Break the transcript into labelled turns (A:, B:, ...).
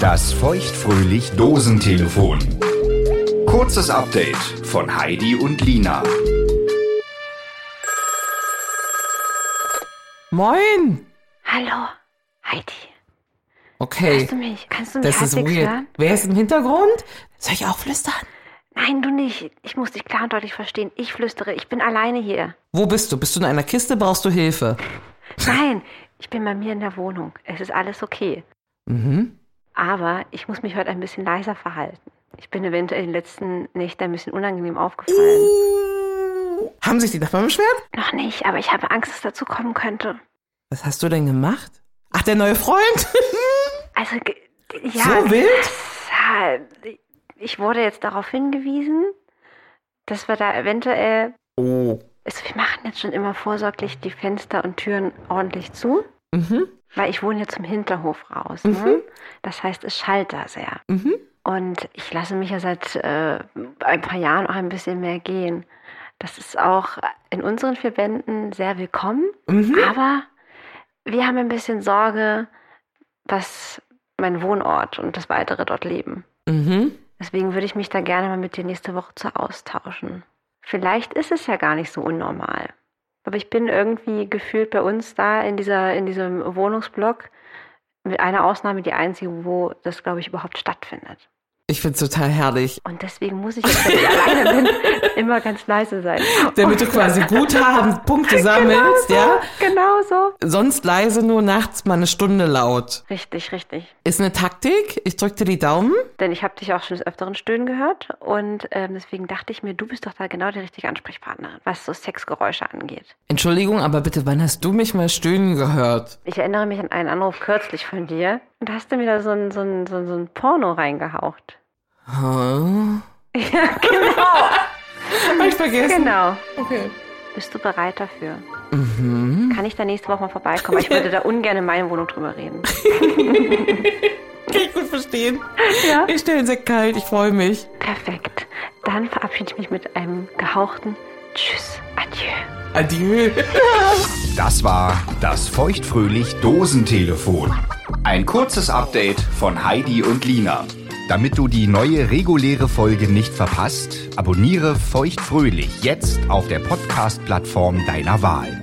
A: Das feuchtfröhlich Dosentelefon. Kurzes Update von Heidi und Lina.
B: Moin!
C: Hallo, Heidi.
B: Okay,
C: Hörst du mich? Kannst du mich
B: das ist
C: halbwegs
B: weird.
C: hören?
B: Wer ist im Hintergrund? Soll ich auch flüstern?
C: Nein, du nicht. Ich muss dich klar und deutlich verstehen. Ich flüstere. Ich bin alleine hier.
B: Wo bist du? Bist du in einer Kiste? Brauchst du Hilfe?
C: Nein, ich bin bei mir in der Wohnung. Es ist alles okay.
B: Mhm.
C: Aber ich muss mich heute ein bisschen leiser verhalten. Ich bin eventuell in den letzten Nächten ein bisschen unangenehm aufgefallen.
B: Haben sich die Nachbarn beschwert?
C: Noch nicht, aber ich habe Angst, dass dazu kommen könnte.
B: Was hast du denn gemacht? Ach, der neue Freund?
C: Also, ge- ja.
B: So wild?
C: Ja, Ich wurde jetzt darauf hingewiesen, dass wir da eventuell.
B: oh.
C: Also wir machen jetzt schon immer vorsorglich die Fenster und Türen ordentlich zu.
B: Mhm.
C: Weil ich wohne ja zum Hinterhof raus. Ne? Das heißt, es schallt da sehr.
B: Mhm.
C: Und ich lasse mich ja seit äh, ein paar Jahren auch ein bisschen mehr gehen. Das ist auch in unseren vier Wänden sehr willkommen.
B: Mhm.
C: Aber wir haben ein bisschen Sorge, was mein Wohnort und das weitere dort leben.
B: Mhm.
C: Deswegen würde ich mich da gerne mal mit dir nächste Woche zu austauschen. Vielleicht ist es ja gar nicht so unnormal. Aber ich bin irgendwie gefühlt bei uns da in, dieser, in diesem Wohnungsblock mit einer Ausnahme die einzige, wo das, glaube ich, überhaupt stattfindet.
B: Ich find's total herrlich.
C: Und deswegen muss ich jetzt, wenn ich alleine bin, immer ganz leise sein.
B: Damit du quasi Guthaben, Punkte sammelst, ja?
C: Oh. Genau so.
B: Sonst leise nur nachts mal eine Stunde laut.
C: Richtig, richtig.
B: Ist eine Taktik. Ich drück dir die Daumen.
C: Denn ich habe dich auch schon des Öfteren stöhnen gehört und ähm, deswegen dachte ich mir, du bist doch da genau die richtige Ansprechpartnerin, was so Sexgeräusche angeht.
B: Entschuldigung, aber bitte, wann hast du mich mal stöhnen gehört?
C: Ich erinnere mich an einen Anruf kürzlich von dir und da hast du mir da so ein, so ein, so ein, so ein Porno reingehaucht.
B: Huh?
C: Ja, genau.
B: Hab ich vergessen.
C: genau.
B: Okay.
C: Bist du bereit dafür? Kann ich da nächste Woche mal vorbeikommen? Ich würde da ungern in meiner Wohnung drüber reden.
B: Kann ich gut verstehen. Ja. Ich stelle den Sekt kalt, ich freue mich.
C: Perfekt. Dann verabschiede ich mich mit einem gehauchten Tschüss, Adieu.
B: Adieu.
A: Das war das feuchtfröhlich Dosentelefon. Ein kurzes Update von Heidi und Lina. Damit du die neue reguläre Folge nicht verpasst, abonniere feuchtfröhlich jetzt auf der Podcast-Plattform deiner Wahl.